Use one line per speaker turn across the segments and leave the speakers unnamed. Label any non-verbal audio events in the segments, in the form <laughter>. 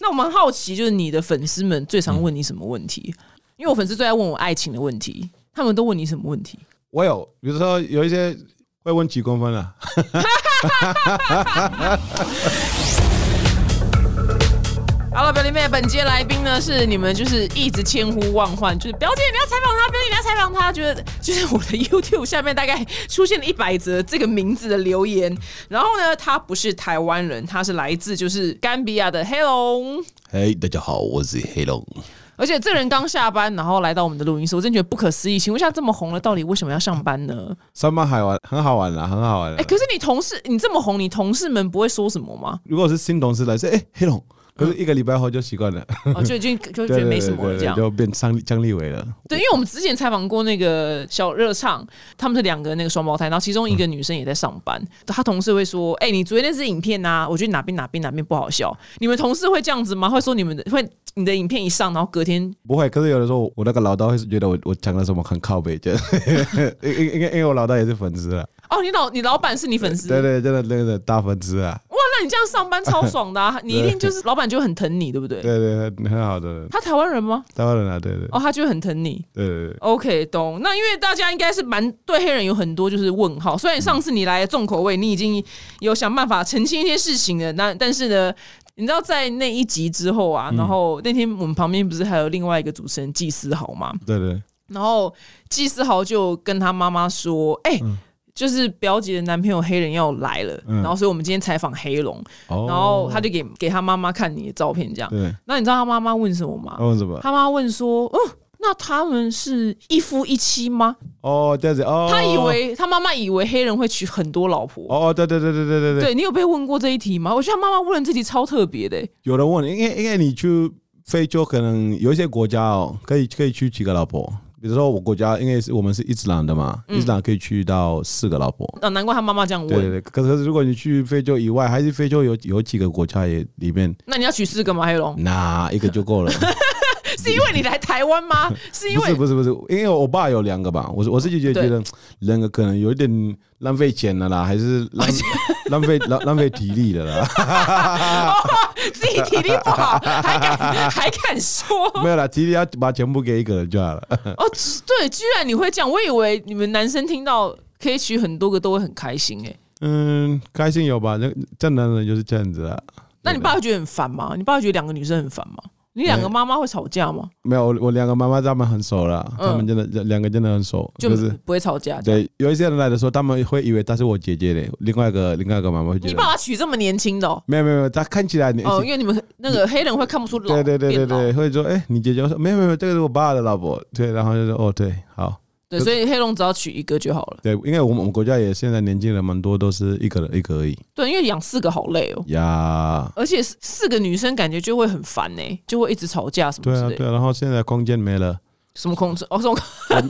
那我蛮好奇，就是你的粉丝们最常问你什么问题？因为我粉丝最爱问我爱情的问题，他们都问你什么问题？
我有，比如说有一些会问几公分啊，
好了，表弟妹，本期的来宾呢是你们就是一直千呼万唤，就是表姐你要采访他，表姐你要采访他，觉得就是我的 YouTube 下面大概出现了一百则这个名字的留言。然后呢，他不是台湾人，他是来自就是甘比亚的黑龙，
嘿，大家好，我是黑龙。
而且这人刚下班，然后来到我们的录音室，我真觉得不可思议。请问一下，这么红了，到底为什么要上班呢？
山猫海玩很好玩啦，啊很好玩啦
哎、。可是你同事，你这么红，你同事们不会说什么
<laughs>
吗？
如果是新同事来说，哎、黑龙，可是一个礼拜后就习惯了，
哦，就已经就觉得没什么了
对对对对
嗯这样。
就变张张立伟了。
对，因为我们之前采访过那个小热唱，他们是两个那个双胞胎，然后其中一个
嗯
女生也在上班，她同事会说：“哎、你昨天那支影片呐、我觉得哪边哪边哪边不好笑。”你们同事会这样子吗？会说你们的会你的影片一上，然后隔天
不会，可是有的时候我我那个老大会觉得我我讲了什么很靠
<laughs>
北，就因因因为因为我老大也是粉丝啊，
哦，你老你老板是你粉丝，
对对，真的真的大粉丝啊，
哇，那你这样上班超爽的、
<laughs>
啊，你一定就是老板就很疼你，对不对？
对对很很好的
他台湾人吗？
台湾人啊，对对
哦，他就很疼你。
对对对，
OK，懂。那因为大家应该是蛮对黑人有很多就是问号，虽然上次你来重口味，你已经有想办法澄清一些事情了，那但是呢，你知道在那一集之后
嗯
啊，然后那天我们旁边不是还有另外一个主持人季思豪吗？
对对
然后季思豪就跟他妈妈说：“哎、就是表姐的男朋友黑人要来了，
嗯
然后所以我们今天采访黑龙，
哦
然后他就给给他妈妈看你的照片，这样。
对，
那你知道他妈妈问什么吗？
他问什么？
他妈问说：“哦，那他们是一夫一妻吗？”
哦，这样子哦，
他以为他妈妈以为黑人会娶很多老婆。
哦，对对对对对对对，
对你有被问过这一题吗？我觉得他妈妈问这题超特别的、
有人问，因为因为你去非洲，可能有一些国家哦，可以可以娶几个老婆。比如说我国家，因为是我们是伊斯兰的嘛，伊斯兰可以娶到四个老婆。
啊，难怪他妈妈这样问。
嗯对对对，可是如果你去非洲以外，还是非洲有有几个国家也里面，
那你要娶四个吗？黑龙
那一个就够了。
是因为你来台湾
<laughs>
吗？是因
不是
为
不是不是， <laughs> 因为我爸有两个吧，我我自己就觉得两个可能有一点浪费钱了啦，还是 <laughs> 浪浪费浪浪费体力的 <laughs> 啦，
<laughs> 自己体力不好，还敢还敢
<laughs>
说？
没有啦，体力要把全部给一个人就好了。
哦，对，居然你会这样，我以为你们男生听到可以娶很多个都会很开心哎、
嗯，开心有吧？那正男人就是这样子啦。
那你爸会觉得很烦吗？你爸会觉得两个女生很烦吗？你
哎
两个妈妈会吵架吗？
没有，我我两个妈妈他们很熟了，
嗯
他们真的两个真的很熟，
就
就是
不会吵架。
对，有一些人来的时候，他们会以为她是我姐姐嘞，另外一个另外一个妈妈会觉
你
得
爸爸娶这么年轻的哦，
没有没有没有，她看起来年
哦，
轻。
因为你们那个黑人会看不出老，
对对对对
变老
对，会说哎、你姐姐我说没有没有没有，这个是我爸的老婆，对，然后就说哦对，好，
对，所以黑龙只要娶一个就好了。
对，因为我们我们国家也现在年轻人蛮多都是一个人一个而已
对，因为养四个好累哦，
呀。
而且四四个女生感觉就会很烦呢、就会一直吵架什么
对
之
啊
类，的。
对啊，然后现在空间没了， <laughs>
什么控制？哦，什么？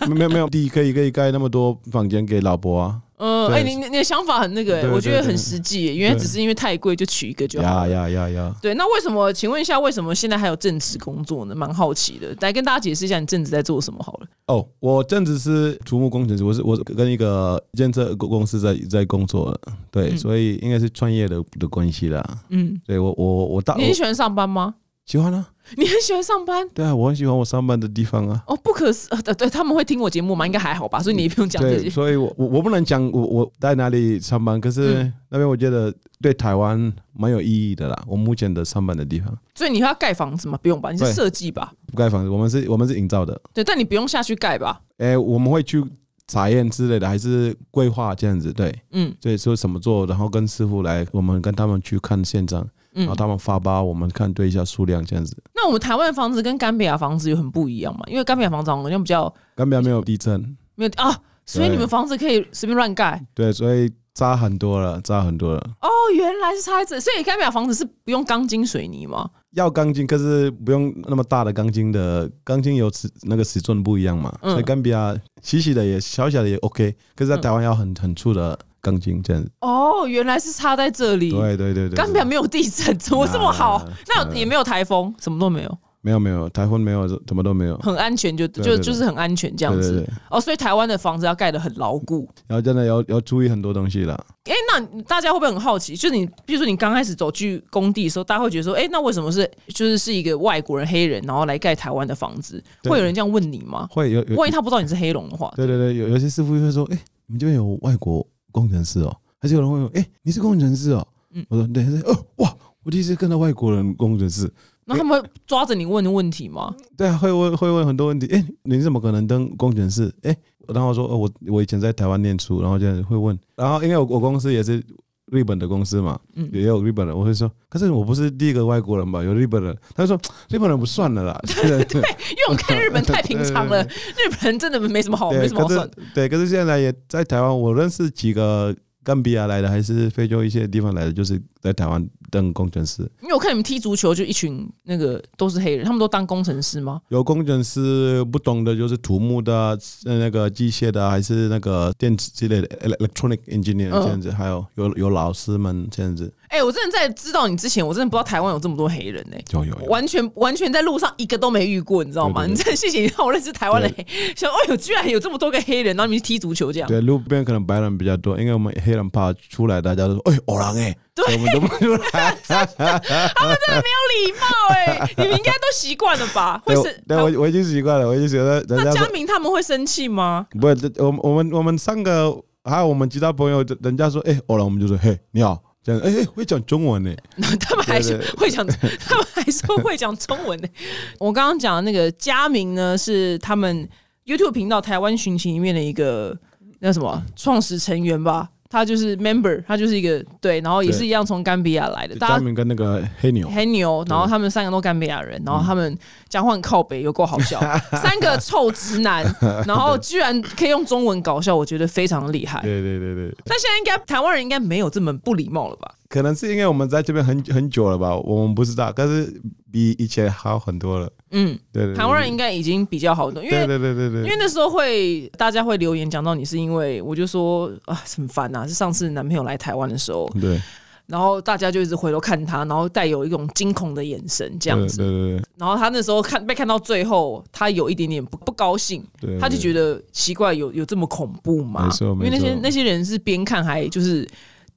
我没有没有，地可以可以盖那么多房间给老婆啊，
嗯，
对
哎、你你你的想法很那个、
对
欸，
对
我觉得很实际、欸。原来只是因为太贵就娶一个就好
呀
了。
呀呀呀！
对，那为什么？请问一下，为什么现在还有正职工作呢？蛮好奇的，来跟大家解释一下你正职在做什么好了。
哦，我正职是土木工程师，我是我是跟一个建设公司在在工作，对，所以应该是创业的的关系啦。
嗯，
对我我我大
你很
我
喜欢上班吗？
喜欢啊，
你很喜欢上班？
对啊，我很喜欢我上班的地方啊。
哦，不可思呃，对对，他们会听我节目吗？应该还好吧，所以你也不用讲这
嗯对，
些。
所以我我我不能讲我我在哪里上班，可是
嗯
那边我觉得对台湾蛮有意义的啦。我目前的上班的地方
所以你要盖房子吗？不用吧，你是
对
设计吧？
不盖房子，我们是我们是营造的，
对，但你不用下去盖吧？
哎、我们会去查验之类的，还是规划这样子，对。
嗯
对，说怎么做，然后跟师傅来，我们跟他们去看现场，然后
嗯。
他们发包，我们看对一下数量这样子。
那我们台湾的房子跟甘比亚房子有很不一样嘛？因为甘比亚房子好像比较
干表没有地震，
没有啊，所以
对
你们房子可以随便乱盖
对，所以差很多了，差很多了。
哦。原来是差在这，所以甘比亚房子是不用钢筋水泥吗？
要钢筋，可是不用那么大的钢筋的，钢筋有尺那个尺寸不一样嘛，
嗯
所以干比亚细细的也小小的也 OK，可是在台湾要很很粗的钢筋这样子。
哦，原来是差在这里。
对对对对，
甘比亚没有地震，怎么这么好
那？
那也没有台风，什么都没有。
没有没有台风没有，怎么都没有。
很安全就，就
对对对
就是很安全这样子
对对对
哦。所以台湾的房子要盖得很牢固。
然后真的要要注意很多东西了。
哎、那你大家会不会很好奇？就是你，比如说你刚开始走去工地的时候，大家会觉得说，哎、那为什么是就是是一个外国人黑人，然后来盖台湾的房子？
对
会有人这样问你吗？
会有有
万一他不知道你是黑龙的话，
对对对，有有些师傅就会说：“哎、你们这边有外国工程师哦？”还是有人会问：“哎、你是工程师哦？”
嗯
我说：“对。”他说：“哦，哇，我第一次看到外国人工程师。
那他们会抓着你问问题吗？”
对啊，会问会问很多问题。哎、你怎么可能当工程师？哎、然后我说：“哦，我我以前在台湾念书，然后就会问。然后因为我我公司也是日本的公司嘛，
嗯
也有日本人，我会说：可是我不是第一个外国人吧？有日本人。”他就说：“日本人不算了啦。对”
因
对
为我们看日本太平常了，
对
日本人真的没什么好，
对，
哦没什么好
可
算
是。对，可是现在也在台湾，我认识几个冈比亚来的，还是非洲一些地方来的，就是在台湾当工程师。
因为我看你们踢足球，就一群那个都是黑人，他们都当工程师吗？
有工程师不懂的就是土木的、呃那个机械的，还是那个电子之类的 （electronic engineer）
嗯
这样子，还有有有老师们这样子。
哎、我真的在知道你之前，我真的不知道台湾有这么多黑人呢、
有有有，
完全完全在路上一个都没遇过，你知道吗？
对对对
你真的谢谢你让我认识台湾的黑， <laughs> 想哦呦，居然有这么多个黑人，然后你们去踢足球这样，
对，路边可能白人比较多，因为我们黑人怕出来，大家都说：“哎，偶然哎。” <laughs> 对，我们都不出来。
真的没有礼貌哎、
<laughs>
你们应该都习惯了吧？会
对，我
生
对我我已经习惯了，我已经觉得人
那
家说
嘉明他们会生气
<laughs>
吗？
不，我们我们我们三个还有我们其他朋友，人家说哎，偶然我们就说嘿你好，这样哎、哎会讲中文呢、
他们还是
对对
会
<laughs>
讲，他们还是会讲中文的。我刚刚讲的那个佳明呢，是他们 YouTube 频道台湾寻奇里面的一个那什么创始成员吧。他就是 member，他就是一个对，然后也是
对
一样从甘比亚来的。大
嘉
家
明跟那个黑牛，
黑牛，然后他们三个都干贝亚人，然后他们讲话很靠北，有够好笑，<laughs>
嗯
三个臭直
<laughs>
男，然后居然可以用中文搞笑，我觉得非常厉害。
对对对对，
但现在应该台湾人应该没有这么不礼貌了吧？
可能是因为我们在这边很很久了吧，我们不知道，但是比以前好很多了。
嗯，
对对对
台湾人应该已经比较好多，因
对
为
对对对
因
对
为那时候会大家会留言讲到你，是因为我就说啊很烦呐、是上次男朋友来台湾的时候，
对对
然后大家就一直回头看他，然后带有一种惊恐的眼神这样子。
对对对
然后他那时候看被看到最后，他有一点点不不高兴，
对，
他就觉得奇怪，有有这么恐怖吗？
嗯没错
因为那些
没错
那些人是边看还就是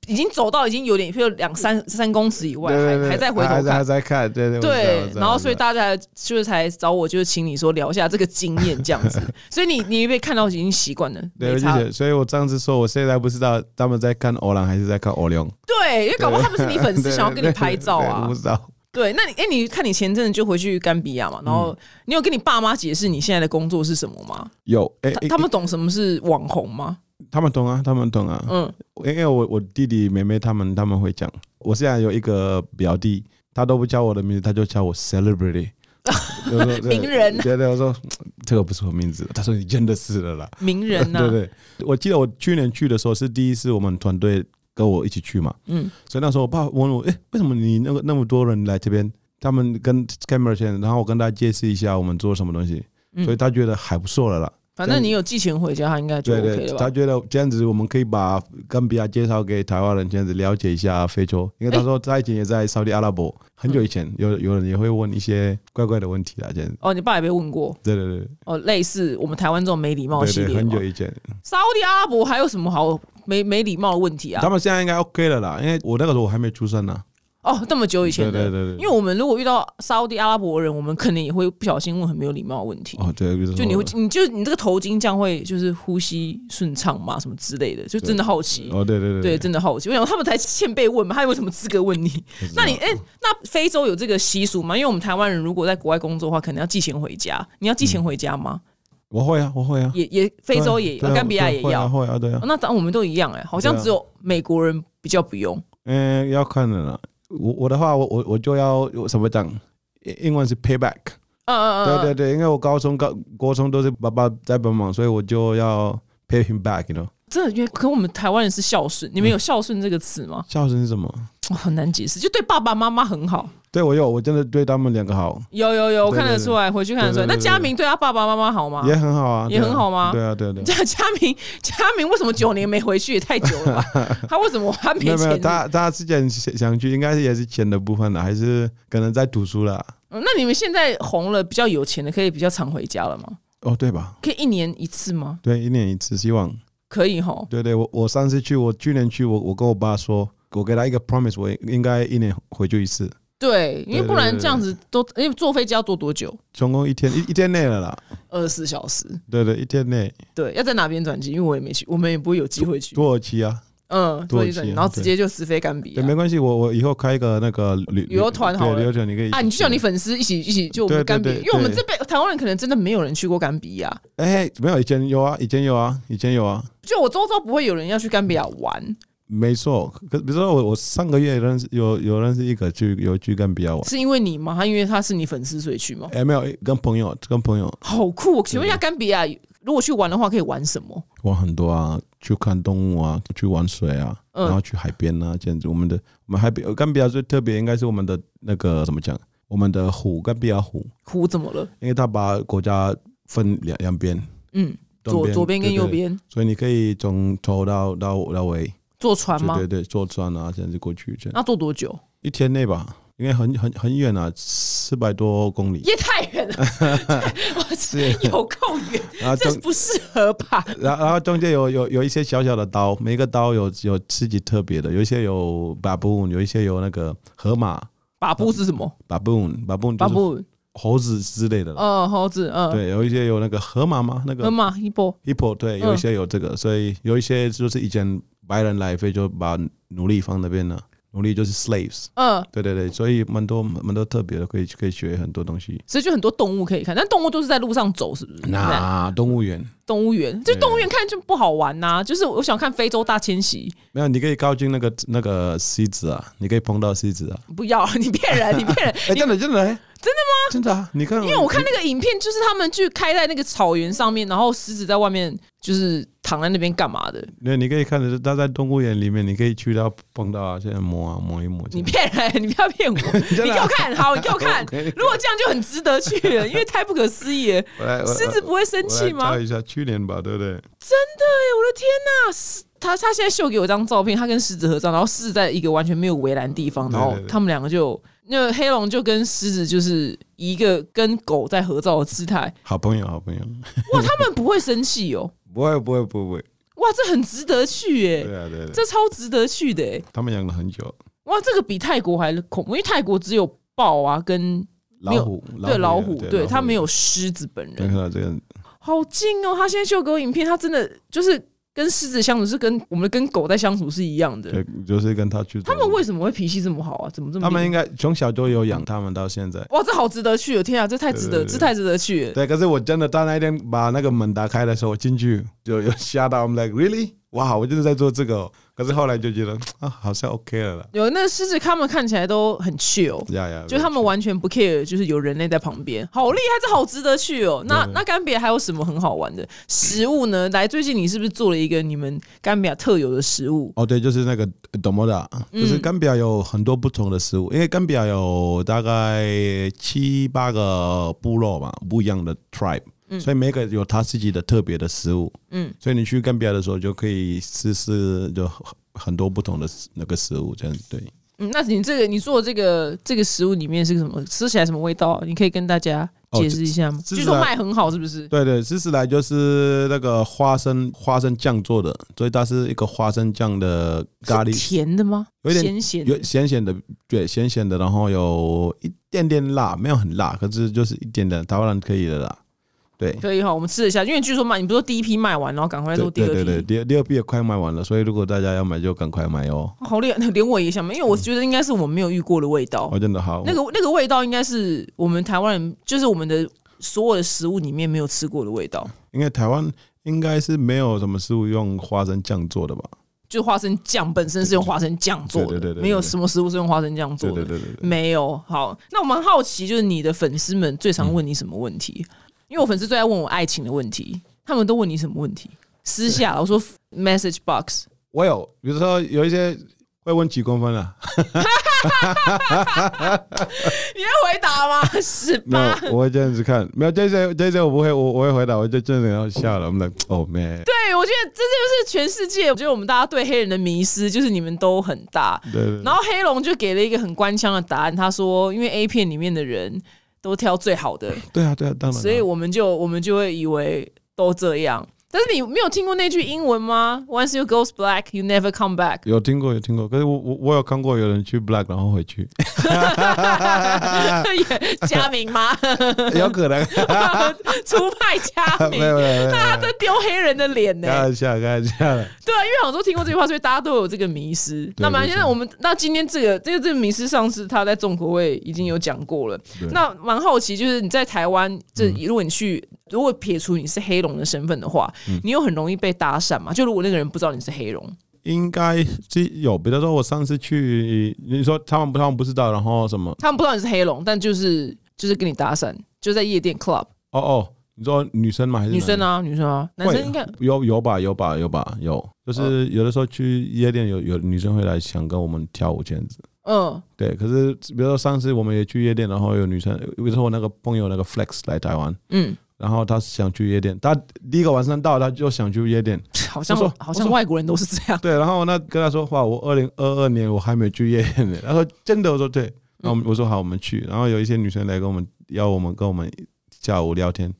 已经走到已经有点，譬如两三三公尺以外，
对对对
还还在回头
还在还
看。
在看，对对
对，然后所以
大
大家就是才找我，就是请你说聊一下这个经验这
<laughs>
样子。所以你你被看到已经习惯了，
对，
没差
谢。谢。所以我上次说，我现在不知道他们在看欧郎还是在看欧良，
对，因为搞不好他们是你粉丝，
对
想要跟你拍照
对对对
啊
我不。知道。
对，那你哎，你看你前阵子就回去甘比亚嘛，然
嗯
后你有跟你爸妈解释你现在的工作是什么吗？
有，哎、
他
哎
他们懂什么是网红吗？
他们懂啊，他们懂啊，
嗯，
因为我我弟弟妹妹他们他们会讲，我现在有一个表弟，他都不叫我的名字，他就叫我 celebrity，就说
<laughs> 名人
对对，我说这个不是我名字，他说你真的是了啦，
名人啊呐、
<laughs> 对对，我记得我去年去的时候是第一次我们团队跟我一起去嘛，
嗯，
所以那时候我爸问我，哎、为什么你那个那么多人来这边？他们跟 camera 前，然后我跟大家解释一下我们做什么东西，
嗯
所以他觉得还不错了啦。
反正你有寄钱回家，他应该就
对
OK
对，
了
他
吧？
觉得这样子我们可以把冈比亚介绍给台湾人，这样子了解一下非洲。因为他说他以前也在沙特阿拉伯，
嗯
很久以前有有人也会问一些怪怪的问题啊，这样子。
哦，你爸也被问过
对对对
哦，类似我们台湾这种没礼貌系
对对，
列
很
嘛
久。以前，
沙特阿拉伯还有什么好没没礼貌的问题啊
他？们现在应该 OK 了啦，因为我那个时候我还没出生呢。
哦，那么久以前
对
的，
对对
因为，
对
我们如果遇到沙特阿拉伯人，我们可能也会不小心问很没有礼貌的问题。
哦对，比如说
就你会，你就你这个头巾这样会，就是呼吸顺畅嘛，什么之类的，就真的好奇，
哦对对
对，真的好奇。我想他们才欠被问嘛，他有什么资格问你？那你哎、那非洲有这个习俗吗？因为我们台湾人如果在国外工作的话，可能要寄钱回家。你要寄
嗯
钱回家吗？
我会啊，我会啊，
也也非洲也，
对啊
呃甘比亚
对
也
会啊
要。
会啊，对啊
哦，那咱我们都一样哎、好像
对啊
只有美国人比较不用。
嗯，要看的啦。我我的话，我我我就要我怎么讲？英英文是 payback。
嗯嗯嗯，
对对啊对，因为我高中高高中都是爸爸在帮忙，所以我就要 pay him back，you know。
真的，因为可我们台湾人是孝顺，你们
嗯
有孝顺这个词吗？
孝顺是什么？
哇很难解释，就对爸爸妈妈很好。
对我有，我真的对他们两个好，
有有有，我
对对
看得出来，回去看得出来。
对对
那
对对
佳明对他爸爸妈妈好吗？
也很好啊，
也
对啊
很好吗
对啊，对
<laughs>
啊 <laughs> 对啊。
佳佳明，佳明为什么九年没回去？也太久了
<laughs>
吧？他为什么他没
没有没有，
钱？
啊他他之前想去，应该是也是钱的部分了，还是可能在读书了。
嗯那你们现在红了，比较有钱的，可以比较常回家了吗？
哦，对吧？
可以一年一次吗？
对，一年一次，希望。
可以吼，
对对，我我上次去，我去年去，我我跟我爸说，我给他一个 promise，我应该一年回去一次，
对，因为
对
不然
对对
这样子都，因为坐飞机要坐多久？
总共一天一一天内了啦。
二十四小时。
对对，一天内，
对，要在哪边转机？因为我也没去，我们也不会有机会去。
土耳其啊，
嗯，
土
坐
耳
一
其
转机，然后直接就直飞干比
对，
啊。
没关系，我我以后开一个那个旅
旅游团好了
对旅游团你可以
啊，你就叫你粉丝一起一起，就我们
对对
干比，
对
因为我们
对
这边台湾人可能真的没有人去过干比亚，
哎，没有以前有啊，以前有啊，以前有啊，
就我周遭不会有人要去干比亚玩，
没错。可比如说我我上个月认识有有认识一个去有去跟比较玩，
是因为你吗？他因为他是你粉丝所以去吗？
哎，没有跟朋友跟朋友
好酷哦！请问一下，干比亚如果去玩的话，可以玩什么？
玩很多啊，去看动物啊，去玩水啊，
嗯
然后去海边啊，这样子。我们的我们海边呃甘比亚最特别应该是我们的那个怎么讲？我们的湖甘比亚湖，
湖怎么了？
因为它把国家分两两边，
嗯，
东
左左边跟右，
对对
边
所以你可以从头到到到尾，
坐船
对
吗？
对对，坐船啊这样子过去，这样
那坐多久？
一天内吧，因为很很很远啊，四百多公里。
也太远
<laughs>
了，我
是啊
有够远，
然后
这
中
不适合吧？
然后然后中间有有有一些小小的刀，每一个刀有有自己特别的，有一些有 baboon，有一些有那个河马
把布是什么？
baboon baboon
把
就是
布，
猴子之类的啦。
呃，猴子，嗯，
对，有一些有那个河马嘛，那
河
个
马一波，
hippo，对，
嗯
有一些有这个，所以有一些就是以前白人来非洲把奴隶放那边了，奴隶就是 slaves。
嗯，
对对对，所以蛮多蛮多特别的，可以可以学很多东西。
所以就很多动物可以看，但动物都是在路上走，是不是？对
嗯那动物园
动物园，就动物园看就不好玩呐、就是我想看非洲大迁徙，
没有，你可以靠近那个那个狮子啊，你可以碰到狮子啊。
不要， <laughs> 你骗人，你骗人，
哎、真的真的、欸、真的吗？真的啊！你看，
因为我看那个影片，就是他们去开在那个草原上面，然后狮子在外面就是躺在那边干嘛的？
那你可以看的是，它在动物园里面，你可以去到碰到啊，现在摸啊摸一摸这
你
样。。
骗人！你不要骗我！你给我看好，你给我看
OK <laughs>
如果这样就很值得去了，因为太不可思议了。
我 <laughs> 来我
狮子不会生气
我
吗？真的
来查一下去年吧，对不对？
耶！我的天哪！狮他他现在秀给我一张照片，他跟狮子合照，然后狮子在一个完全没有围栏地方，
对
然后
对对
他们两个就那黑龙就跟狮子就是一个跟狗在合照的姿态。
好朋友，好朋友，
哇，他们不会生气哦！
<laughs> 不会不会不会，
哇，这很值得去耶！
对啊对对，
这超值得去的耶！
他们养了很久，
哇，这个比泰国还恐怖，因为泰国只有豹啊，跟没有
老虎
对老虎，
对
对它没
有。
有狮子本
你
人
看，到这个，
好近哦！他现在秀给我影片，他真的就是跟狮子相处是跟我们跟狗在相处是一样的。
对，就是跟他去。
他们为什么会脾气这么好啊？怎么这么厉害？
他们应该从小就有养他们到现在。
哇，这好值得去哦！天啊，这太值
对
得，
对对
这太值得去了。
对，可是我真的到那一天把那个门打开的时候，我进去就有吓到，我们 like really，哇，我就是在做这个哦、可是后来就觉得啊，好像 OK 了啦。
有那狮子，他们看起来都很 chill，
呀呀，
就他们完全不 care，就是有人类在旁边，好厉害，这好值得去哦。那
对
那干比亚还有什么很好玩的食物呢？来，最近你是不是做了一个你们干比亚特有的食物？
哦，对，就是那个 domoda，就是
嗯
甘比亚有很多不同的食物，因为甘比亚有大概七八个部落嘛，不一样的 tribe，、所以每个有他自己的特别的食物。
嗯，
所以你去甘比亚的时候就可以试试，就很多不同的那个食物，这样子对。
嗯，那你这个你做的这个这个食物里面是什么？吃起来什么味道？啊你可以跟大家解释一下吗？
这
据
这
说
是啊
卖很好，是不是？
对对，芝士来就是那个花生花生酱做的，所以它是一个花生酱的啊咖
是
喱，
甜的吗？
有点
咸咸的
有咸咸的，对，咸咸的，然后有一点点辣，没有很辣，可是就是一点点，台湾人可以的啦。对，
可以哈，我们吃了一下，因为据说卖，你不是说第一批卖完，然后赶快
对
做第二批。
对对，第二第二批也快卖完了，所以如果大家要买就赶快买哦。
好厉害，连我也想买，因
嗯
为我觉得应该是我们没有遇过的味道。
哦，真的好，
那个那个味道应该是我们台湾人，就是我们的所有的食物里面没有吃过的味道，
因为台湾应该是没有什么食物用花生酱做的吧？
就花生酱本身是用花生酱做的，
对对对对对
没有什么食物是用花生酱做
对
的。
对对对对。
没有。好，那我蛮好奇，就是你的粉丝们最
嗯
常问你什么问题？因为我粉丝最爱问我爱情的问题，他们都问你什么问题？私下我说 message
<laughs>
box，
我有，比如说有一些会问几公分啊，
你要回答吗？ <laughs> 十
没
八。
有，我会这样子看。没有这些这些我不会，我我会回答，我就真的要笑了。我们来，哦 man，
对，我觉得这就是全世界，我觉得我们大家对黑人的迷失，就是你们都很大。
对对对
然后黑龙就给了一个很官腔的答案，他说，因为 A 片里面的人都挑最好的，
对啊，对啊，当然啊。
所以我们就我们就会以为都这样。但是你没有听过那句英文吗？Once you goes black, you never come
<laughs>
back。 <laughs>
有听过，有听过，可是我我我有看过有人去 black 然后
<laughs>
回去，
也加名吗？ <laughs>
有可能。
出卖加
<laughs> 没
名， <laughs>
有没有没有
大家在丢黑人的脸呢、
开玩笑，开玩笑了。
对啊，因为好像都听过这句话，所以大家都有这个迷失。那蛮现在我们那今天这个这个这个迷失，上次他在众国会已经有讲过了。那蛮好奇，就是你在台湾这，
嗯
如果你去，如果撇除你是黑龙的身份的话，
嗯
你有很容易被搭讪吗？就如果那个人不知道你是黑龙，
应该是有，比如说我上次去，你说他们不他们不知道，然后什么？
他们不知道你是黑龙，但就是就是跟你搭讪，就在夜店 club，
哦哦，你说女生吗？还是
女生
啊？
啊，女生啊，男
会
生应该哦
有有吧，有吧，有吧，有。就是有的时候去夜店有，有女生会来想跟我们跳舞这样子。
嗯
对，可是比如说上次我们也去夜店，然后有女生，比如说我那个朋友那个 Flex 来台湾， <laughs>
嗯，
然后他想去夜店，他第一个晚上到他就想去夜店，
好像
我说
好像外国人都是这样。
对，然后那跟他说话，我二零二二年我还没去夜店呢。他说真的，我说对，然后我们我说好，我们去。然后有一些女生来跟我们要我们跟我们下午聊天，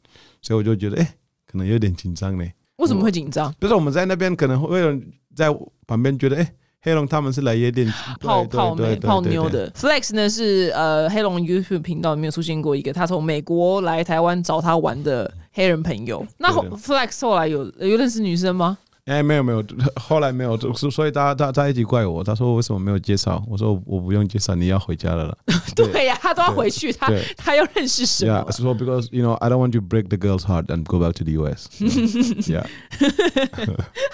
所以我就觉得哎、可能有点紧张呢。
为什么会紧张？
就是我们在那边可能会有人在旁边觉得哎、黑龙他们是来夜店对
泡
对
泡
对
妹、
对
泡
对
妞
对
的 Flex 呢是呃黑龙 YouTube 频道里面有出现过一个他从美国来台湾找他玩的黑人朋友。那后
对的
Flex 后来有有认识女生吗？
哎、没有没有，后来没有， <laughs> 所所以大家大家一起怪我，他说为什么没有介绍？我说我不用介绍，你要回家了啦。 <laughs> 对
对呀，他都要回去，他
对
他要认识 <laughs> 什
Yeah,
么？
so because you know I don't want to break the girl's heart and go back to the
<laughs>
US. you know? yeah.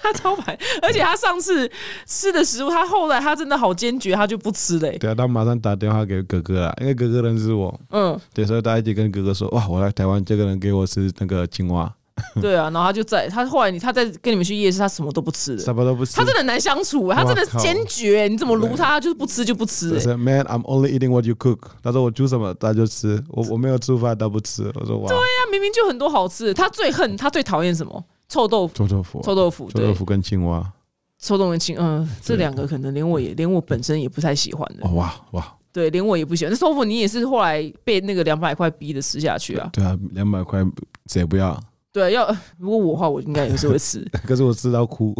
他超烦，而且他上次吃的食物，他后来他真的好坚决，他就不吃嘞。
对啊，他马上打电话给哥哥啊，因为哥哥认识我，
嗯，
对，所以大家一起跟哥哥说，哇，我来台湾，这个人给我吃那个青蛙，
对啊，然后他就在他后来你他在跟你们去夜市，他什么都不吃的。
什么都不吃。
呃他真的很难相处，欸他真的
靠
坚决，你怎么撸他，他就是不吃就不吃
我。说 Man, I'm only eating what you cook。他说我煮什么他就吃，我我没有煮饭他不吃。我说哇，
他明明就很多好吃的，他最恨他最讨厌什么？臭豆腐，
臭豆腐，啊
臭豆腐，
臭豆
对，
腐跟青蛙，
臭豆腐青，嗯，这两个可能连我也连我本身也不太喜欢的，
哦哇哇，
对，连我也不喜欢。那臭豆腐你也是后来被那个两百块逼的吃下去啊？
对啊，两百块谁不要？
对，要如果我的话，我应该也是会
<laughs>
吃。
可是我吃到 <laughs> 哭。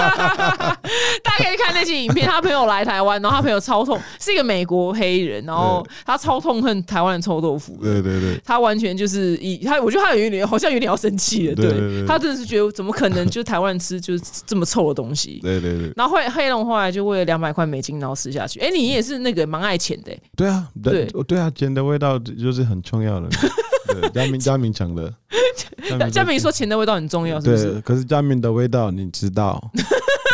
大家可以看那些影片，他朋友来台湾，然后他朋友超痛，是一个美国黑人，然后他超痛恨台湾的臭豆腐的。
对对对，
他完全就是以他，我觉得他有一点好像有点要生气了，对
对对对
他真的是觉得怎么可能就是台湾人吃就是这么臭的东西，
对对对，
然后黑黑龙后来就为了两百块美金，然后吃下去。哎、你也是那个蛮爱钱的、
对啊，
对
对对啊，钱的味道就是很重要的。
<laughs>
对，嘉明嘉明讲的，
嘉欸嘉明说钱的味道很重要，是不是？
嗯对，可是嘉明的味道你知道。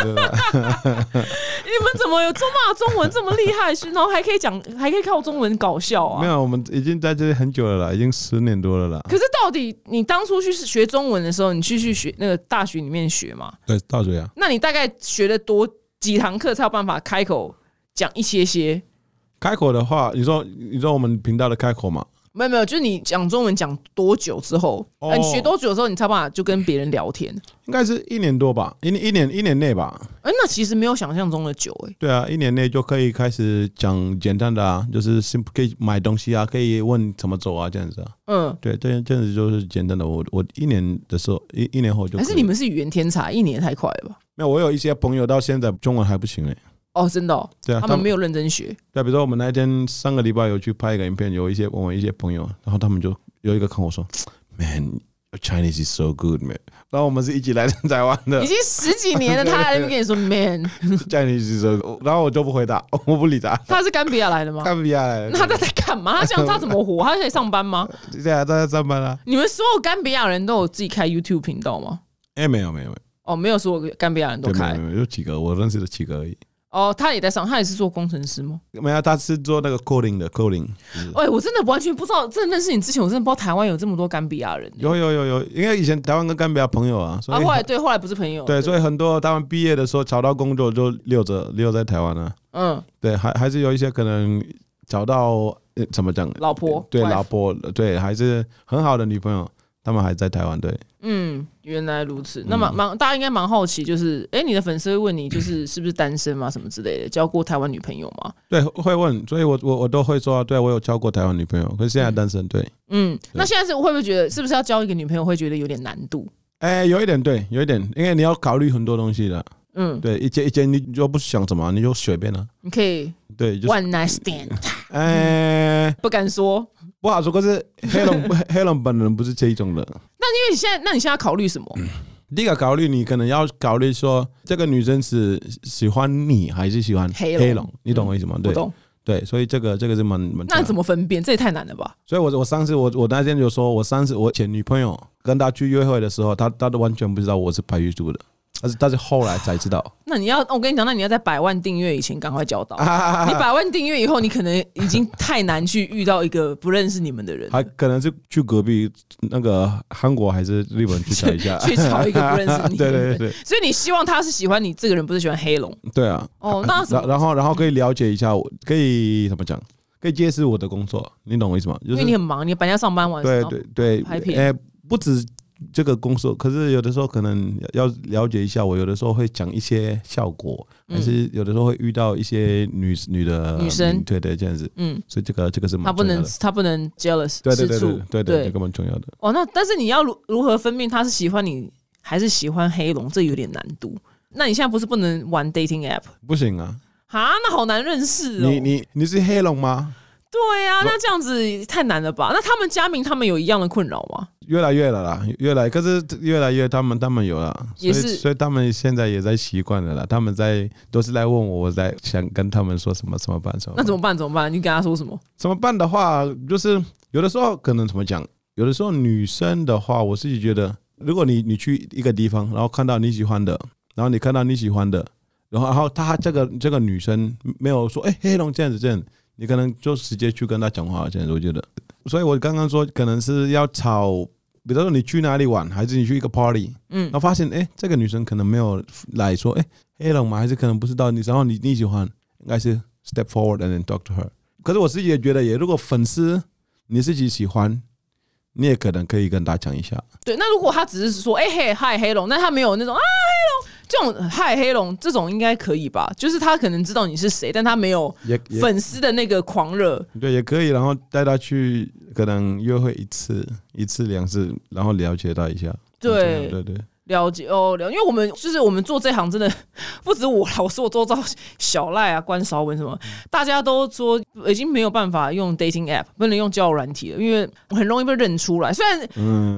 对吧？
你们怎么有中骂中文这么厉害？是然后还可以讲，还可以靠中文搞笑
没
啊？
有，我们已经在这里很久了啦，已经十年多了啦。
可是到底你当初去学中文的时候，你去去学那个大学里面学嘛？
对，大嘴啊，
那你大概学了多几堂课才有办法开口讲一些些？
开口的话，你说你说我们频道的开口嘛？
没有没有，就是你讲中文讲多久之后，
哦
啊你学多久之后，你才有办法就跟别人聊天？
应该是一年多吧，一年一年一年内吧。
哎、那其实没有想象中的久哎、
对啊，一年内就可以开始讲简单的啊，就是 simple 可以买东西啊，可以问怎么走啊，这样子啊。
嗯，
对，这样这样子就是简单的。我我一年的时候，一一年后就
还
可以
是你们是语言天才，一年也太快了吧？
没有？我有一些朋友到现在中文还不行嘞、
哦，真的、哦，
对啊，
他们没有认真学，
对，比如说我们那一天上个礼拜有去拍一个影片，有一些我们一些朋友，然后他们就有一个跟我说，Man。your Chinese is so good, man。然后我们是一起来台湾的
已经十几年
<laughs>
了，他还在那边跟你说 man，
，Chinese is so good。然后我就不回答，我不理他，
他是甘比亚来的吗？
看不下来了。
哦那他在干嘛？他这样他怎么活？他在上班
<laughs>
吗？
对啊，大家上班啦。
你们所有甘比亚人都有自己开 YouTube 频道吗？
哎，没有没有没有，
哦，没有所有甘比亚人都
对，没
开
有。没有，就几个我认识的几个而已。
哦，他也在上，他也是做工程师吗？
没有，他是做那个 coding 的 coding。就是
哎、我真的完全不知道，真的认识你之前，我真的不知道台湾有这么多甘比亚人。欸
有有有有，因为以前台湾跟干比亚朋友啊，所
啊，
以
后来对，后来不是朋友。
对，所以很多他们毕业的时候找到工作就留着留在台湾啊。
嗯，
对，还还是有一些可能找到、呃、怎么讲，
老婆
对
wife
老婆，对还是很好的女朋友，他们还在台湾，对，
嗯，原来如此。那么蛮大家应该蛮好奇，就是哎、诶你的粉丝会问你，就是是不是单身嘛，什么之类的，交过台湾女朋友吗？
对，会问，所以我我我都会说，对我有交过台湾女朋友，可是现在单身，对，
嗯，那现在是会不会觉得，是不是要交一个女朋友会觉得有点难度？
哎，有一点对，有一点，因为你要考虑很多东西的，
嗯，
对，以前以前你就不想怎么，你就随便了、
你可以
对，就是嗯
one night stand，
哎，
不敢说。
不好说，可是黑龙 <laughs> 黑龙本人不是这一种的。
那因为你现在，那你现在考虑什么？
嗯第一个考虑，你可能要考虑说，这个女生是喜欢你还是喜欢
黑龙嗯
黑龙？你懂我意思吗？
我
对
懂，
对，所以这个这个是蛮蛮。
那怎么分辨？这也太难了吧？
所以我我上次我我那天就说，我上次我前女朋友跟她去约会的时候，她她都完全不知道我是白玉珠的，但是但是后来才知道。
<laughs> 那你要，我跟你讲，那你要在百万订阅以前赶快交
<laughs>
到。你
啊，
百万订阅以后，你可能已经太难去遇到一个不认识你们的人，
还可能是去隔壁那个韩国还是日本去找一下，
<laughs> 去找一个不认识你
<laughs> 对
的人
对。对
所以你希望他是喜欢你这个人，不是喜欢黑龙
对啊！
哦？那什
然
么？
然后然后可以了解一下，我可以怎么讲？可以揭示我的工作，你懂我意思吗？就
因
是
为你很忙，你白天上班完，
对
然后
对对
拍，片
哎、不止这个工作，可是有的时候可能要了解一下，我有的时候会讲一些效果，还是有的时候会遇到一些女女的
嗯女生
对对，这样子，
嗯，
所以这个这个是蛮
他不
重要
能
的
他不能 jealous
对
吃
对对
醋
对，对对，这个蛮重要的。
哦，那但是你要如如何分辨他是喜欢你还是喜欢黑龙，这有点难度。那你现在不是不能玩 dating app
不行啊，
哈？那好难认识哦。
你你你是黑龙吗？
对呀、那这样子太难了吧？那他们加名，他们有一样的困扰吗？
越来越了啦，越来，可是越来越他们他们有了，所
也
以
是
所以他们现在也在习惯了啦，他们在都是来问我，我在想跟他们说什么怎么办什么
那
办
怎么办？怎么办？你跟他说什么？
怎么办的话，就是有的时候可能怎么讲，有的时候女生的话，我自己觉得，如果你你去一个地方，然后看到你喜欢的，然后你看到你喜欢的，然后然后她这个这个女生没有说，哎、黑龙这样子这样，你可能就直接去跟她讲话这样子，我觉得，所以我刚刚说可能是要吵。比如说你去哪里玩，还是你去一个 party，
嗯
然后发现哎、诶这个女生可能没有来说，哎、黑龙吗？还是可能不知道你，然后你你喜欢，应该是 step forward and then talk to her。可是我自己也觉得也，如果粉丝你自己喜欢，你也可能可以跟大家讲一下。
对，那如果他只是说，哎、嘿嗨黑龙，那他没有那种啊黑龙这种呃嗨黑龙这种应该可以吧？就是他可能知道你是谁，但他没有
也也
粉丝的那个狂热。
对，也可以，然后带他去可能约会一次、一次、两次，然后了解到一下。
对
对对，对
了解哦，了，因为我们就是我们做这行真的不止我啦，我说我周遭小赖啊、关韶文什么，大家都说已经没有办法用 dating app，不能用交友软体了，因为很容易被认出来。虽然，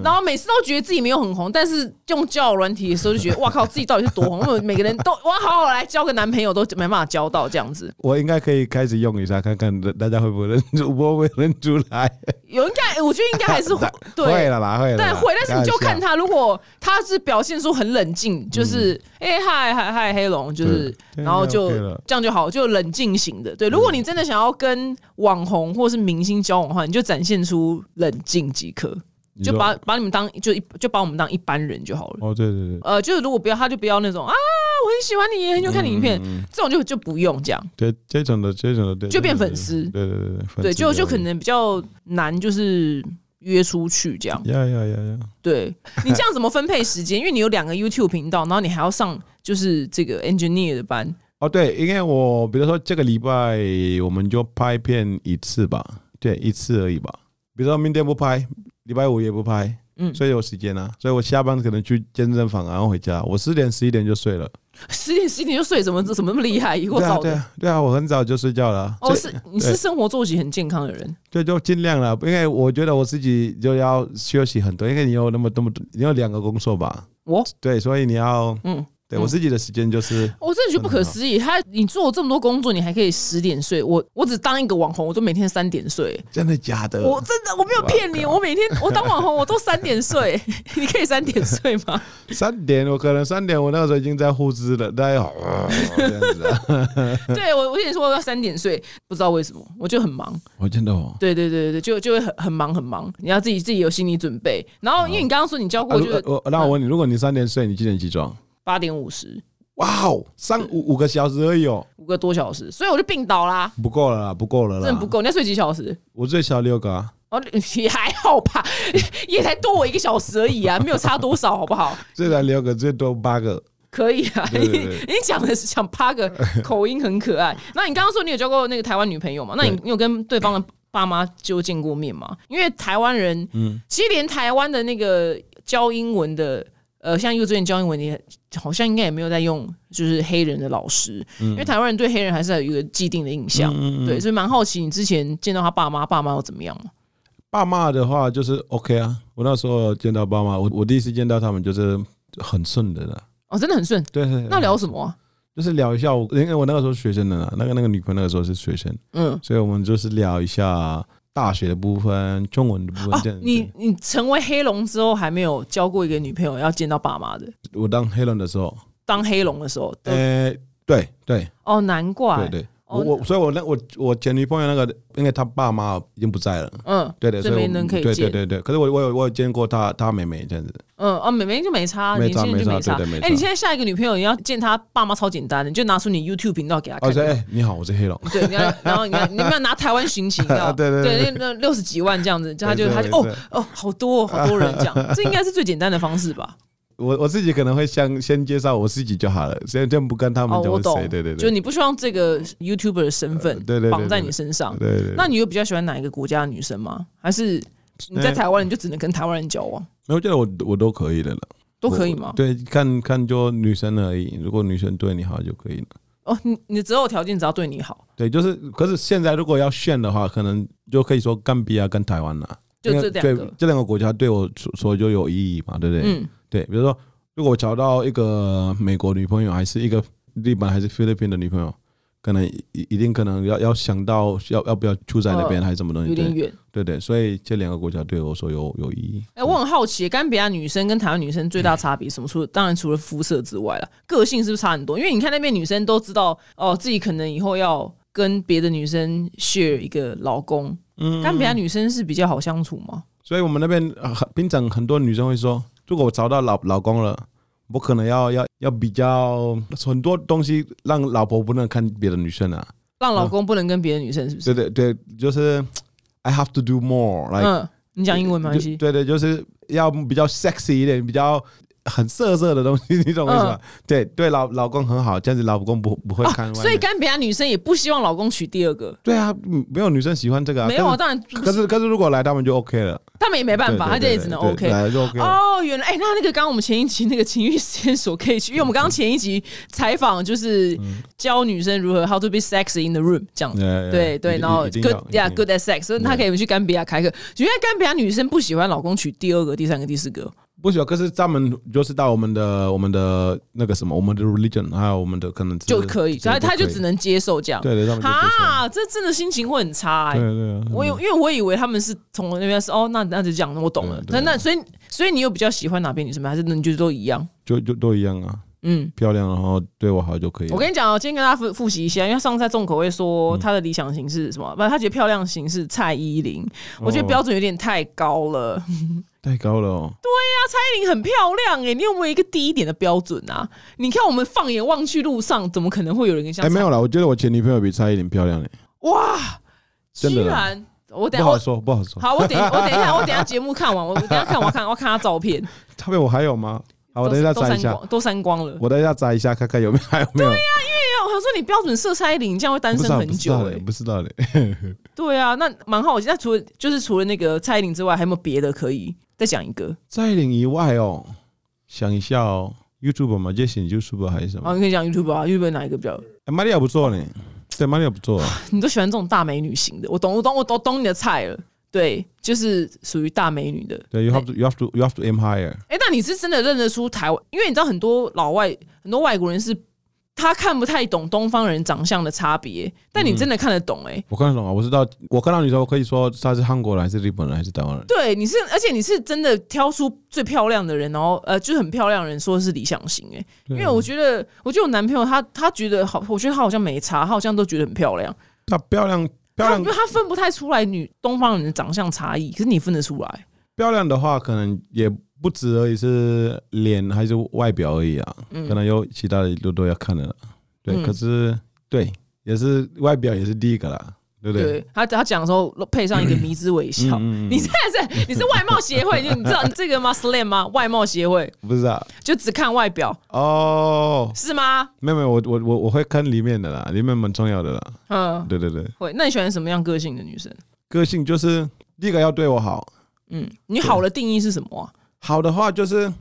然后每次都觉得自己没有很红，但是用交友软体的时候就觉得，哇靠，自己到底是多红？因 <laughs> 为每个人都我要好好来交个男朋友都没办法交到这样子。
我应该可以开始用一下，看看大家会不会认出，会不会认出 <laughs> 来？
有应该，我觉得应该还是会对
会了啊啦，会了啦。
但会，但是你就看
他
他，如果他是表现出很冷静，就是哎嗨嗨嗨黑龙，就是
对
然后就
这样就 OK 了
这样就好，就冷静型的。对，如果你真的想要跟网红或是明星交往的话，你就展现出冷静即可，就把把你们当就一就把我们当一般人就好了。
哦，对对对
呃，就是如果不要，他就不要那种啊，我很喜欢你，很久看你影片，这种就就不用这样。
对，这种的这种的，对，
就变
对
粉丝
对对对对粉丝，
对，就就可能比较难，就是约出去这样。
呀呀呀呀， <laughs>
对你这样怎么分配时间？因为你有两个 YouTube 频道，然后你还要上就是这个 engineer 的班，
哦，对，因为我比如说这个礼拜我们就拍片一次吧，对，一次而已吧。比如说明天不拍，礼拜五也不拍，
嗯
所以有时间啊，所以我下班可能去健身房，啊然后回家，我四点十一点就睡了。
十点十一点就睡，怎么怎么那么厉害？以后
对啊，
早
对
的、
啊，对啊，我很早就睡觉了啊。
哦，
所以
是你是
对
生活作息很健康的人，
对，就尽量了，因为我觉得我自己就要休息很多，因为你有那么那么多，你有两个工作吧，
我
对，所以你要，
嗯
嗯，对我自己的时间就是。
我哦真的觉得不可
真的很好
思议。他你做这么多工作，你还可以十点睡，我我只当一个网红，我都每天三点睡。
真的假的？
我真的我没有骗你，我每天我当网红我都三点
<laughs>
睡，你可以三点睡吗？
三点，我可能三点，我那个时候已经在呼吸了，大概、这样子、啊。
对我我跟你说我要三点睡，不知道为什么我就很忙，
<laughs> 我真的哦，
对对对对，就就会很很忙很忙，你要自己自己有心理准备。然后因为你刚刚说你教
哦啊
过
如
就是
我那我问你，如果你三点睡，你几点起床？
八点五十，
哇哦，上五五个小时而已哦，
五个多小时，所以我就病倒啦，
不够了啦，不够了啦，
真的不。够。你要睡几小时？
我最少六个、啊，
哦，也还好吧， <laughs> 也才多我一个小时而已啊，没有差多少，好不好？
最少六个，最多八个。
可以啊，
对对对
你你讲的是讲八
<laughs>
个口音很可爱。那你刚刚说你有交过那个台湾女朋友嘛？那你你有跟对方的爸妈就见过面吗？因为台湾人，嗯，其实连台湾的那个教英文的，呃，像幼稚园教英文也好像应该也没有在用，就是黑人的老师，
嗯
因为台湾人对黑人还是有一个既定的印象，对，所以蛮好奇你之前见到他爸妈，爸妈又怎么样嘛？
爸妈的话就是 OK 啊，我那时候见到爸妈，我我第一次见到他们就是很顺的了。
哦，真的很顺。
对，
那聊什么啊、
就是聊一下我，因为我那个时候学生的啦，那个那个女朋友那个时候是学生，
嗯，
所以我们就是聊一下大学的部分、中文的部分。
哦
这样，子
你你成为黑龙之后还没有交过一个女朋友，要见到爸妈的。
我当黑人的时候，
当黑龙的时候，对
呃，对对
哦，难怪，
对对，
哦
我我所以我那我我前女朋友那个，因为她爸妈已经不在了，
嗯，
对的，
所以
我
没人可以
对
见
对对对。可是我我有我有见过她她妹妹这样子，
嗯，哦，美眉就没差，
没
年
差
轻人就
没差
差
对对没。差
哎，你现在下一个女朋友，你要见她爸妈超简单的，你就拿出你 YouTube 频道给她
哦，
看
说
就好。
哎你好，我是黑人，
对，你要，然后你看，你们要拿台湾寻情，你知
<laughs>
道
对对对哎
对，那那六十几万这样子，就他就
没错
他就
没
哦
错
哦，好多哦好多人这
<laughs>
样，这应该是最简单的方式吧？
我我自己可能会先先介绍我自己就好了，先先不跟他们
哦，
讲
我
我是
懂
谁，，对对
就
对，
你不希望这个 YouTuber 的身份
呃对对对
绑在
对
你身上，
对对。
那你有比较喜欢哪一个国家的女生吗？还是你在
呃
台湾你就只能跟台湾人交往，
没有我觉得我我都可以的了，
都可以吗
我？对，看看就女生而已，如果女生对你好就可以了。
哦，你你择偶条件只要对你好，
对，就是，可是现在如果要炫的话，可能就可以说冈比亚跟台湾了，
就
因
这
为
两
对
个。
这两个国家对我说说就有意义嘛，对不对？
嗯，
对，比如说，如果我找到一个美国女朋友，还是一个日本还是菲律宾的女朋友，可能一一定可能要要想到要要不要住在那边、
哦
还是什么东西，
有点
对
远。
对对，所以这两个国家对我说有有意义。
哎、我很好奇，甘比亚女生跟台湾女生最大差别是什么？除了当然除了肤色之外了，个性是不是差很多？因为你看那边女生都知道哦，自己可能以后要跟别的女生 share 一个老公。嗯，甘比亚女生是比较好相处吗？
所以我们那边呃很平常很多女生会说，如果我找到老老公了，我可能要要要比较呃很多东西让老婆不能看别的女生啊。
让老公不能跟别的女生是不是？
对对对，就是 I have to do more，like、
嗯，你讲英文没关系。
对对，就是要比较 sexy 一点，比较很色色的东西，你懂我意思吧？对对，老老公很好，这样子老公不不会看
嗯啊，
外面、
所以甘比亚女生也不希望老公娶第二个。
对啊，嗯没有女生喜欢这个、啊，
没有啊，
但
当然
是可是可是如果来他们就 OK 了，
他们也没办法，他这
对对
也
对
只能
对
OK。
来就 OK 了。
哦，原来哎、那那个刚刚我们前一集那个情欲实验所可以去，因为我们刚
嗯
刚前一集采访就是教女生如何 how to be sexy in the room 这样子。
Yeah, yeah,
对对，
一定
然后
一定
good
要一定
yeah
要
good at sex，所以她可以去甘比亚开课。因为甘比亚女生不喜欢老公娶第二个、第三个、第四个。
不喜欢，可是他们就是到我们的我们的那个什么，我们的 religion，还有我们的可能
就可以，所以她就只
能
能接受这样。
对对，他们就接受
啊，这真的心情会很差哎、
对嗯对对，
我有，因为我以为他们是从那边是哦，那那就这样，我懂了。
对
那
啊
那所以所以你有比较喜欢哪边女生吗？还是你觉得都一样？
就就都一样啊，
嗯，
漂亮，然后对我好就可以了。
我跟你讲哦，今天跟大家复复习一下，因为他上次在重口味说他的理想型是什么，不、他觉得漂亮型是蔡依林，
哦
我觉得标准有点太高了。哎
太高了哦，
蔡依林很漂亮哎、你有没有一个低一点的标准啊？你看我们放眼望去，路上怎么可能会有人跟像
哎，
蔡、
没有啦，我觉得我前女朋友比蔡依林漂亮嘞，
哇？
真的
居
啦
然我等
不
下
好
啊我
说，不好说。
好，我等
<laughs>
一我等一下我等一下节目看完，我我等一下看我看我看他照片，
他们我还有吗？ <laughs> 好，我
都
等一下
都
摘一
删
下，
光都删光了。
我等一下摘一下看看有没有 <laughs> 还有没有。
对啊，我想说你标准设蔡依林，这样会单
不知
身
道，
很
不知
久
道
哎、
嘞，不知道嘞。欸
对啊，那蛮好奇。那除了就是除了那个蔡依林之外，还有没有别的可以再讲一个？
蔡依林以外哦，想一下哦，YouTube 嘛，就选 YouTube 还是什
哦，
么？
你可以讲 YouTube 啊，YouTube 哪一个比较？
哎玛利亚不错呢，对，玛利亚不错。
你都喜欢这种大美女型的，我懂，我懂，我懂，懂你的菜了。对，就是属于大美女的。
对，you have to you have to you have to aim higher。
哎、那你是真的认得出台湾？因为你知道很多老外、很多外国人是他看不太懂东方人长相的差别，但你真的看得懂哎、
我看得懂啊，我知道，我看到你说，我可以说他是韩国人还是日本人还是台湾人。
对，你是，而且你是真的挑出最漂亮的人，然后呃，就是很漂亮的人，说是理想型哎、因为我觉得，我觉得我男朋友他他觉得好，我觉得他好像没差，他好像都觉得很漂亮，
她漂亮，漂 <laughs>
他因
亮，
为他分不太出来女东方人的长相差异，可是你分得出来。
漂亮的话，可能也不止而已是脸还是外表而已啊，可能有其他的都都要看的啦。对，可是对，也是外表也是第一个啦，对不嗯对？
对他，他讲的时候配上一个迷之微笑。 <laughs> 你真的是，你是外貌协会，你你知道这个吗？Slam 吗？外貌协会
不是啊，
就只看外表
哦，
是吗？
没有没有，我我我我会看里面的啦，里面蛮重要的啦。
嗯，
对对对，
会。那你喜欢什么样个性的女生？
个性就是第一个要对我好，
嗯，你好的定义是什么啊？
好的话就是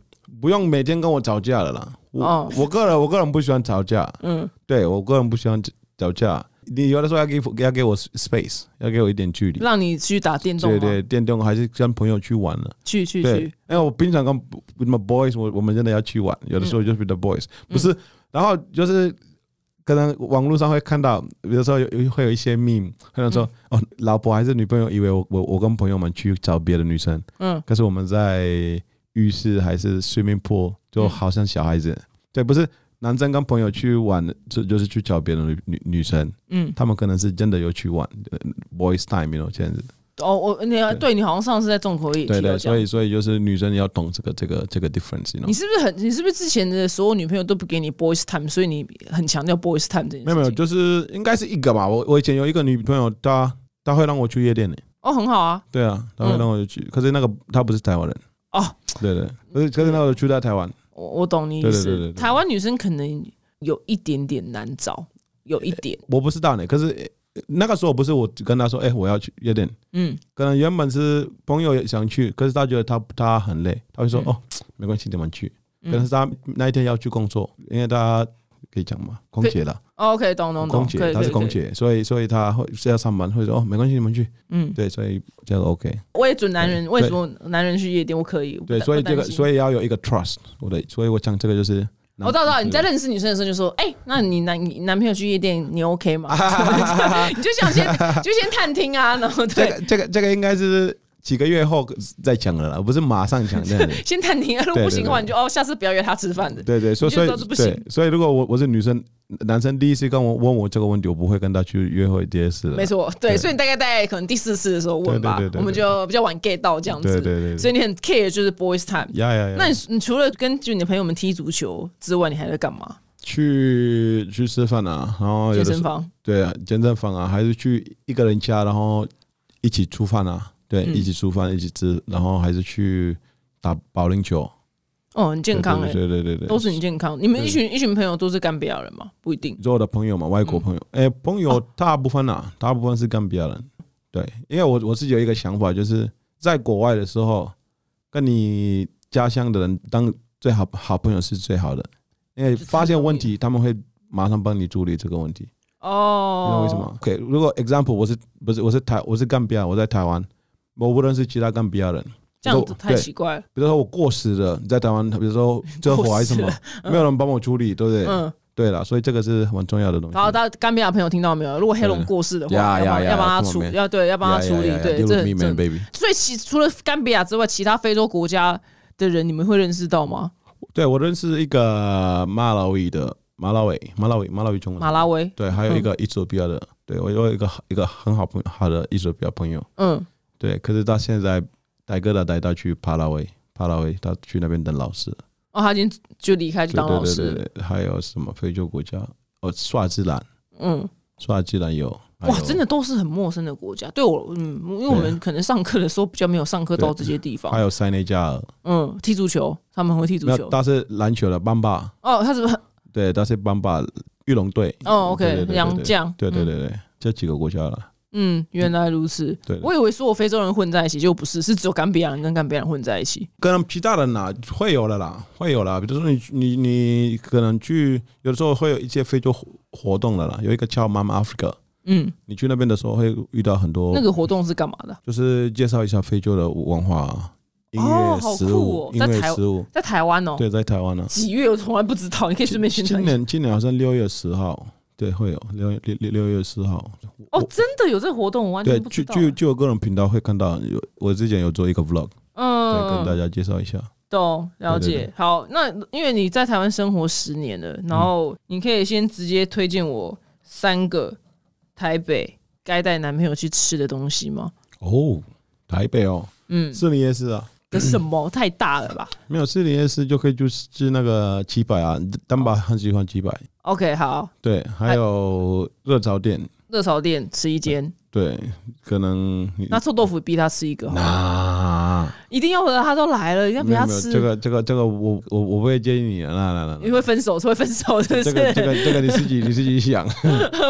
不用每天跟我吵架了啦。我、
哦
我个人我个人不喜欢吵架，
嗯
对我个人不喜欢吵架。你有的时候要给要给我 space，要给我一点距离。
让你去打电动
对
吗？
对，电动还是跟朋友去玩了。
去去
对，
去，
因为我平常跟 with my boys，我我们真的要去玩，有的时候就是 with the boys，、不是，然后就是可能网络上会看到，有的时候有有会有一些 meme，可能说、哦，老婆还是女朋友以为我我我跟朋友们去找别的女生，
嗯，
可是我们在浴室还是 swimming pool，就好像小孩子，对，不是男生跟朋友去玩，就就是去找别的女女女生，
嗯，
他们可能是真的有去玩呃 boys time，you know 这样子。
哦，我你对你好像上次在重口也
对
提到
对，
讲
所，以所以就是女生要懂这个这个这个 difference，you know
你是不是很你是不是之前的所有女朋友都不给你 boys time，所以你很强调 boys time 这件事情？
没有没有，就是应该是一个吧。我我以前有一个女朋友，她她会让我去夜店的、
哦，很好啊，
对啊，她会让我去。可是那个她不是台湾人，
嗯哦，
对对，可是可是那个去在台湾，
我我懂你意
对对
思。
对对对
台湾女生可能有一点点难找，有一点，
我不知道呢。可是呃那个时候不是我跟她说，哎、我要去夜店。
嗯，
可能原本是朋友也想去，可是她觉得她她很累，
嗯
她会说、哦，没关系，你们去。可能是她那一天要去工作，因为她可以讲嘛，空姐啦，
哦 OK，懂懂懂，
空
可
姐
以
她是空，
可以可以
姐，所以所以她会是要上班，会说哦，没关系，你们去。
嗯，
对，所以这个 OK。
我也准男人，
对
为什么男人去夜店我可以？
对，所以这个
以
所以要有一个 trust，我的，所以我讲这个就是，
哦我知道知道，你在认识女生的时候就说，哎，那你男你男朋友去夜店，你 OK
<laughs>
吗？你就想先就先探听啊，然后
这
对，。
个这个这个应该是几个月后再讲了啦，不是马上讲这样子
<laughs> 先探听啊，如果
对
不
嗯对
行的话，你就哦，下次不要约他吃饭的。
对对，所以
你就知
所以
道这不
对
行，
所以如果我我是女生，男生第一次跟我问我这个问题，我不会跟他去约会第二次的。
没错，对，
对
所以你大概在可能第四次的时候问吧
对对对，对
我们就比较晚 get 到这样子。
对对对对
所以你很 care 就是 boys time。
呀呀呀！
那你你除了跟就你的朋友们踢足球之外，你还在干嘛？
去去吃饭啊，然后有
健
的时
身
候
房？
对啊，健身房啊，还是去一个人家，然后一起煮饭啊，对，
嗯
一起煮饭，一起吃，然后还是去打保龄球，
哦，很健康哎、
对对对对对，
都是很健康。你们一群一群朋友都是干别人吗？不一定。
做我的朋友嘛，外国朋友，
嗯
哎、朋友大部分啊，大部分是干别人，对，因为我我自己有一个想法，就是在国外的时候，跟你家乡的人当最好好朋友是最好的，因为发现问题他们会马上帮你处理这个问题，嗯你知道
哦，
为什么？？OK，如果 example 我是不是我是台我是干别人，我在台湾，我不认识其他干别人，
这样
我
子太奇怪了。
比如说我过时了，在台湾，比如说车祸还是什
<laughs>
么
过世，
没有人帮我处理，对不对？
嗯，
对了，所以这个是很重要的东西。
然后大家干别的朋友听到没有？如果黑龙过世的话，
呀
要帮
呀呀
要帮他
come on,
处，
man
要对要帮他处理，对，这很正。
baby。
所以其除了干别亚之外，其他非洲国家的人你们会认识到吗？
对我认识一个马拉维的马拉维，马拉维，马拉维中文。
马拉维，
对，还有一个伊索比亚的，对我有一个一个很好朋友，好的伊索比亚朋友。
嗯，
对，可是他现在带哥的带他去帕拉维，帕拉维他去那边当老师。
哦，他已经就离开去
对
当
对
老
对
师
对
了，
对，还有什么非洲国家？哦，刷兹兰，
嗯。
刷兹兰有。还有
哇，真的都是很陌生的国家。对我，嗯，因为我们可能上课的时候比较没有上课到这些地
还
方。
有塞内加尔，
嗯，踢足球，他们会踢足
没有，
球。
他是篮球的班霸，
哦，他是不是
对，他是班霸玉龙队。
哦
对对
，OK，
对对
洋将。
对对
嗯
对对，这几个国家了。
嗯，原来如此。
对对
我以为所有非洲人混在一起，就不是，是只有冈比亚人跟冈比亚人混在一起。
跟其他人啦，会有的啦，会有啦。比如说你你你可能去，有的时候会有一些非洲活活动的啦，有一个叫 Mama Africa，
嗯，
你去那边的时候会遇到很多，
那个活动是干嘛的？
就是介绍一下非洲的文化、音
哦
乐、
好酷哦
食物、音
在台
乐食物。
在台湾哦，
对，在台湾呢、
几月我从来不知道，你可以顺便宣传
今
一下。
年今年好像六月十号，对，会有六六六六月十号。
哦，真的有这个活动，我完
对
全，不知道。
就
啊
就就我个人频道会看到，有我之前有做一个 vlog，对，跟大
嗯，
家介绍一下。
懂了
对对
解。好，那因为你在台湾生活十年了，然后你可以先直接推荐我三个台北该带男朋友去吃的东西吗？
哦，台北哦，
嗯，
是你也是啊。
的什么太大了吧
没有四零 S 就可以就是吃那个鸡排啊，丹巴很喜欢鸡排，
？OK，好，
对，还有热炒店，
热炒店吃一间，
对，可能你
那臭豆腐逼他吃一个好了，
啊，
一定要的，他都来了，一定要陪
没有
他
没有，
吃，
这个这个这个我我我不会建议你，啊，那那
你
那。
会分手，会分手，是不
这
是？
个这个这个你自己你自己想，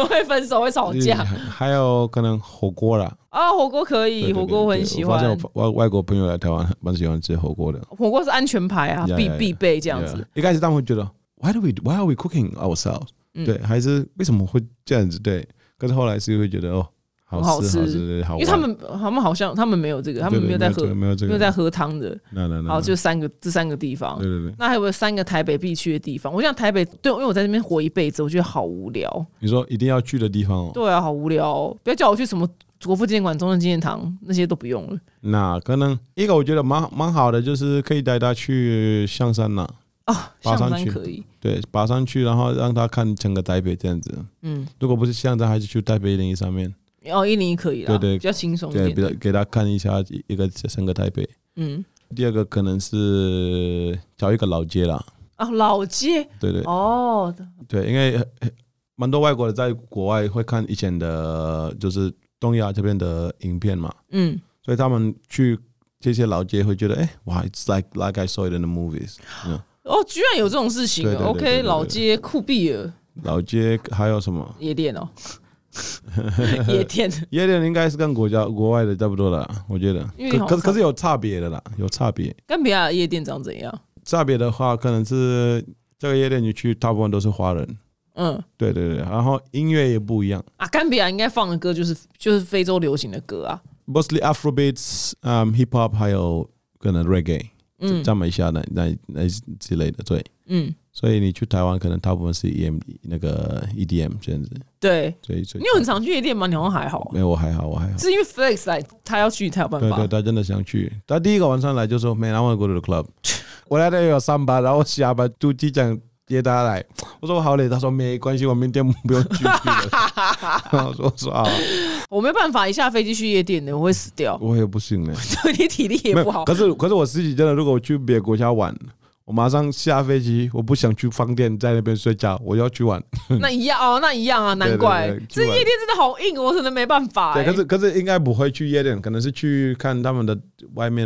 会分手，会 <laughs> 吵架。
还有可能火锅啦，
哦，火锅可以，
嗯对对对
火锅我很
对
喜
我发
欢
现，我外外国朋友来台湾蛮喜欢吃火锅的，
火锅是安全牌啊，
呀
必
呀呀
必备这样子
Yeah，。一开始他们会觉得 Why do we Why are we cooking ourselves？、
嗯
对，还是为什么会这样子？对，可是后来是会觉得哦，好
很
吃
好
好
吃
对好
因为
玩，
他们他们好像他们没有这个，他们
对对
没有在喝
这个，没有这
没
个，
有在喝汤的。
那那那，
好，就三个这三个地方
对。对对，
那还有三个台北必去的地方。我想台北，对，因为我在那边活一辈子，我觉得好无聊。
你说一定要去的地方哦，
对啊，好无聊、哦，不要叫我去什么国父纪念馆、中正纪念堂那些都不用了。
那可能一个我觉得蛮蛮好的，就是可以带他去象山呐、
啊，象
爬上
山
去
可以，
对，爬上去，然后让他看整个台北这样子。
嗯，
如果不是象山，还是去台北零一上面，
哦，一零一可以啦，
对对
比较轻松一
对，
点
给他给他看一下一一个整个台北。
嗯，
第二个可能是找一个老街啦，
啊，老街
对对
哦，
对，因为呃蛮多外国人在国外会看以前的，就是东亚这边的影片嘛，
嗯，
所以他们去这些老街会觉得，哎、哇，it's like like I saw it in the movies 嗯。
哦，居然有这种事情
对对
啊
对对对
！OK，
对
老街酷毙了，
老街还有什么？
夜店
<laughs>
哦，夜店
夜店应该是跟国家国外的差不多了，我觉得
因为。
可
好
可
像
是可是有差别的啦，有差别。
跟别的夜店长怎样？
差别的话，可能是这个夜店你去，大部分都是华人。
嗯。
对对对，然后音乐也不一样
啊，甘比亚应该放的歌就是就是非洲流行的歌啊，
，mostly Afrobeats、嗯 Hip Hop，还有可能 Reggae，
嗯
加美下那那那之类的。对，
嗯，
所以你去台湾，可能大部分是 EM 那个 EDM 这样子。
对，
所以所以
你有很常去夜店吗？你好像还好，
没有我还好，我还好。
是因为 Flex 来，他要去，他有办
对
法。
对，他真的想去。他第一个晚上来就说：“Man, I want to go to the club。” <laughs> 我来这里有上班，然后下班就机长接他来。我说我好累，他说没关系，我明天不用去 <laughs> 了。然后我说我说啊，
我没办法一下飞机去夜店的，我会死 <laughs> 掉。
我也不信呢、
对你体力也
哦没
不
有，
好
可，是可是我自己真的，如果我去别的国家玩，我马上下飞机，我不想去饭店在那边睡觉，我要去玩。
那一样哦，那一样啊，难怪
嗯对对对
这
去玩
夜店真的好硬，我真的没办法、
对，
欸。
可是可是应该不会去夜店，可能是去看他们的外面。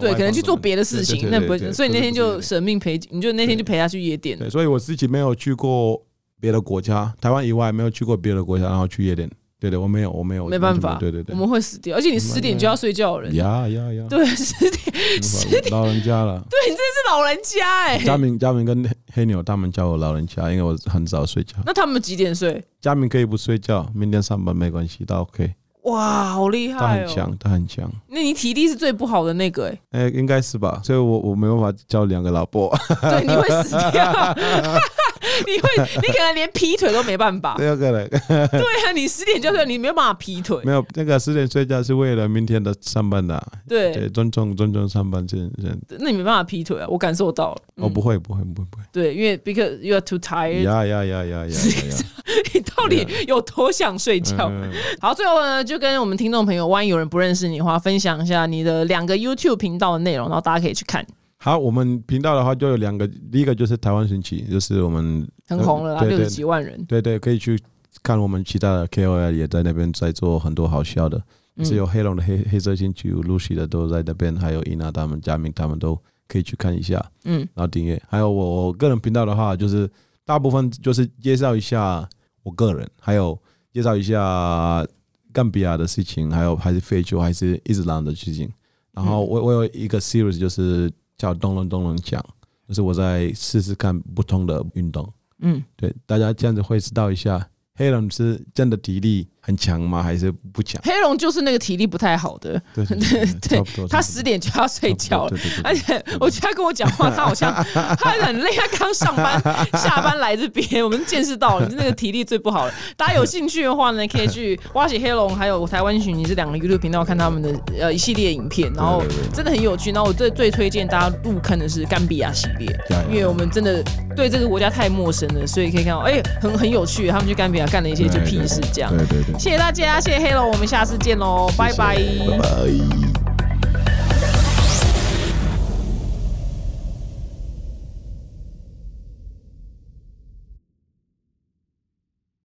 对，可能去做别的事情，那不
对对对对
会。所以你那天
可是
就
不是夜店
舍命陪，你就那天就陪他去夜店。
对，所以我自己没有去过别的国家，台湾以外没有去过别的国家，然后去夜店。对对，我没有，我没有，
没办法，
对对对
我，们会死掉，而且你十点就要睡觉了。
呀呀呀，
对，十点，十点，
老人家了。
<laughs> 对你真的是老人家哎、
佳明，佳明跟黑黑牛他们叫我老人家，因为我很少睡觉。
那他们几点睡？
佳明可以不睡觉，明天上班没关系，他 OK，
哇，好厉
他
害
很
哦！
强，他很强。
那你体力是最不好的那个
<laughs>
哎、
哎，应该是吧，所以我我没办法叫两个老婆。
对，你会死掉， <laughs> 你会，你可能连劈腿都没办
<laughs>
法。
第二个嘞，
对啊，你十点就睡，你没有办法劈腿。
没有那个十点睡觉是为了明天的上班的，啊
对
对，，尊重尊重上班这这，
那你没办法劈腿啊，我感受到了。
哦，不会不会不会不会，
对，因为 because you are too tired，、
呀呀呀呀呀呀！
<laughs> 你到底有多想睡觉？
嗯
好，最后呢，就跟我们听众朋友，万一有人不认识你的话，分享一下你的两个 YouTube 频道的内容，然后大家可以去看，
好，我们频道的话就有两个，第一个就是台湾神奇，就是我们
很红了啦，
对
六
对
十几万人。
对对，可以去看我们其他的 KOL 也在那边在做很多好笑的，
嗯
是有黑龙的黑黑色星期五 Lucy 的都在那边，还有伊娜他们、佳明他们都可以去看一下，
嗯，
然后订阅。还有我我个人频道的话，就是大部分就是介绍一下我个人，还有介绍一下冈比亚的事情，还有还是非洲还是伊斯兰的事情。然后
嗯
我我有一个 series 就是叫“东龙东龙讲”，就是我在试试看不同的运动。
嗯，
对，大家这样子会知道一下，黑人是真的体力很强吗？还是不强？
黑龙就是那个体力不太好的，
对对对，
<laughs> 对
嗯差不多。
他
差不多
十点就要睡觉了
对对对对。
而且我觉得他跟我讲话，他好
<laughs>
像他很累，他刚上班下班来这边，我们见识到了你那个体力最不好了。大家有兴趣的话呢，可以去挖起黑龙还有台湾巡，你这两个 YouTube 频道看他们的呃一系列影片，然后真的很有趣。然后我最最推荐大家入坑的是甘比亚系列
呀呀，
因为我们真的对这个国家太陌生了，所以可以看到哎、很很有趣，他们去甘比亚干了一些就屁事这样。
对对对，
谢谢大家，谢谢黑龙，我们下次见喽，拜拜
拜拜。